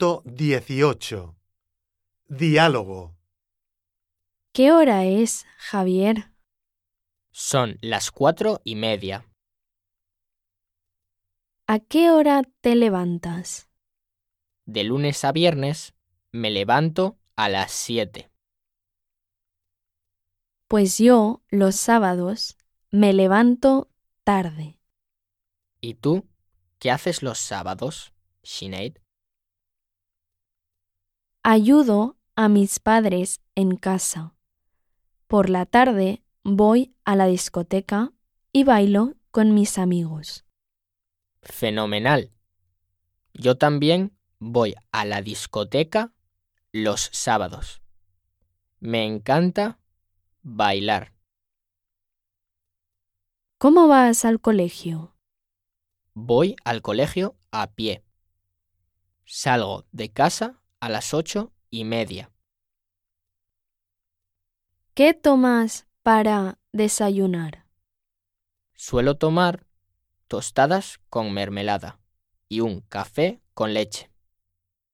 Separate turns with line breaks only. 7.18 Diálogo
¿Qué hora es, Javier?
Son las cuatro y media.
¿A qué hora te levantas?
De lunes a viernes me levanto a las siete.
Pues yo, los sábados, me levanto tarde.
¿Y tú? ¿Qué haces los sábados, Sinead?
Ayudo a mis padres en casa. Por la tarde voy a la discoteca y bailo con mis amigos.
Fenomenal. Yo también voy a la discoteca los sábados. Me encanta bailar.
¿Cómo vas al colegio?
Voy al colegio a pie. Salgo de casa a las ocho y media.
¿Qué tomas para desayunar?
Suelo tomar tostadas con mermelada y un café con leche.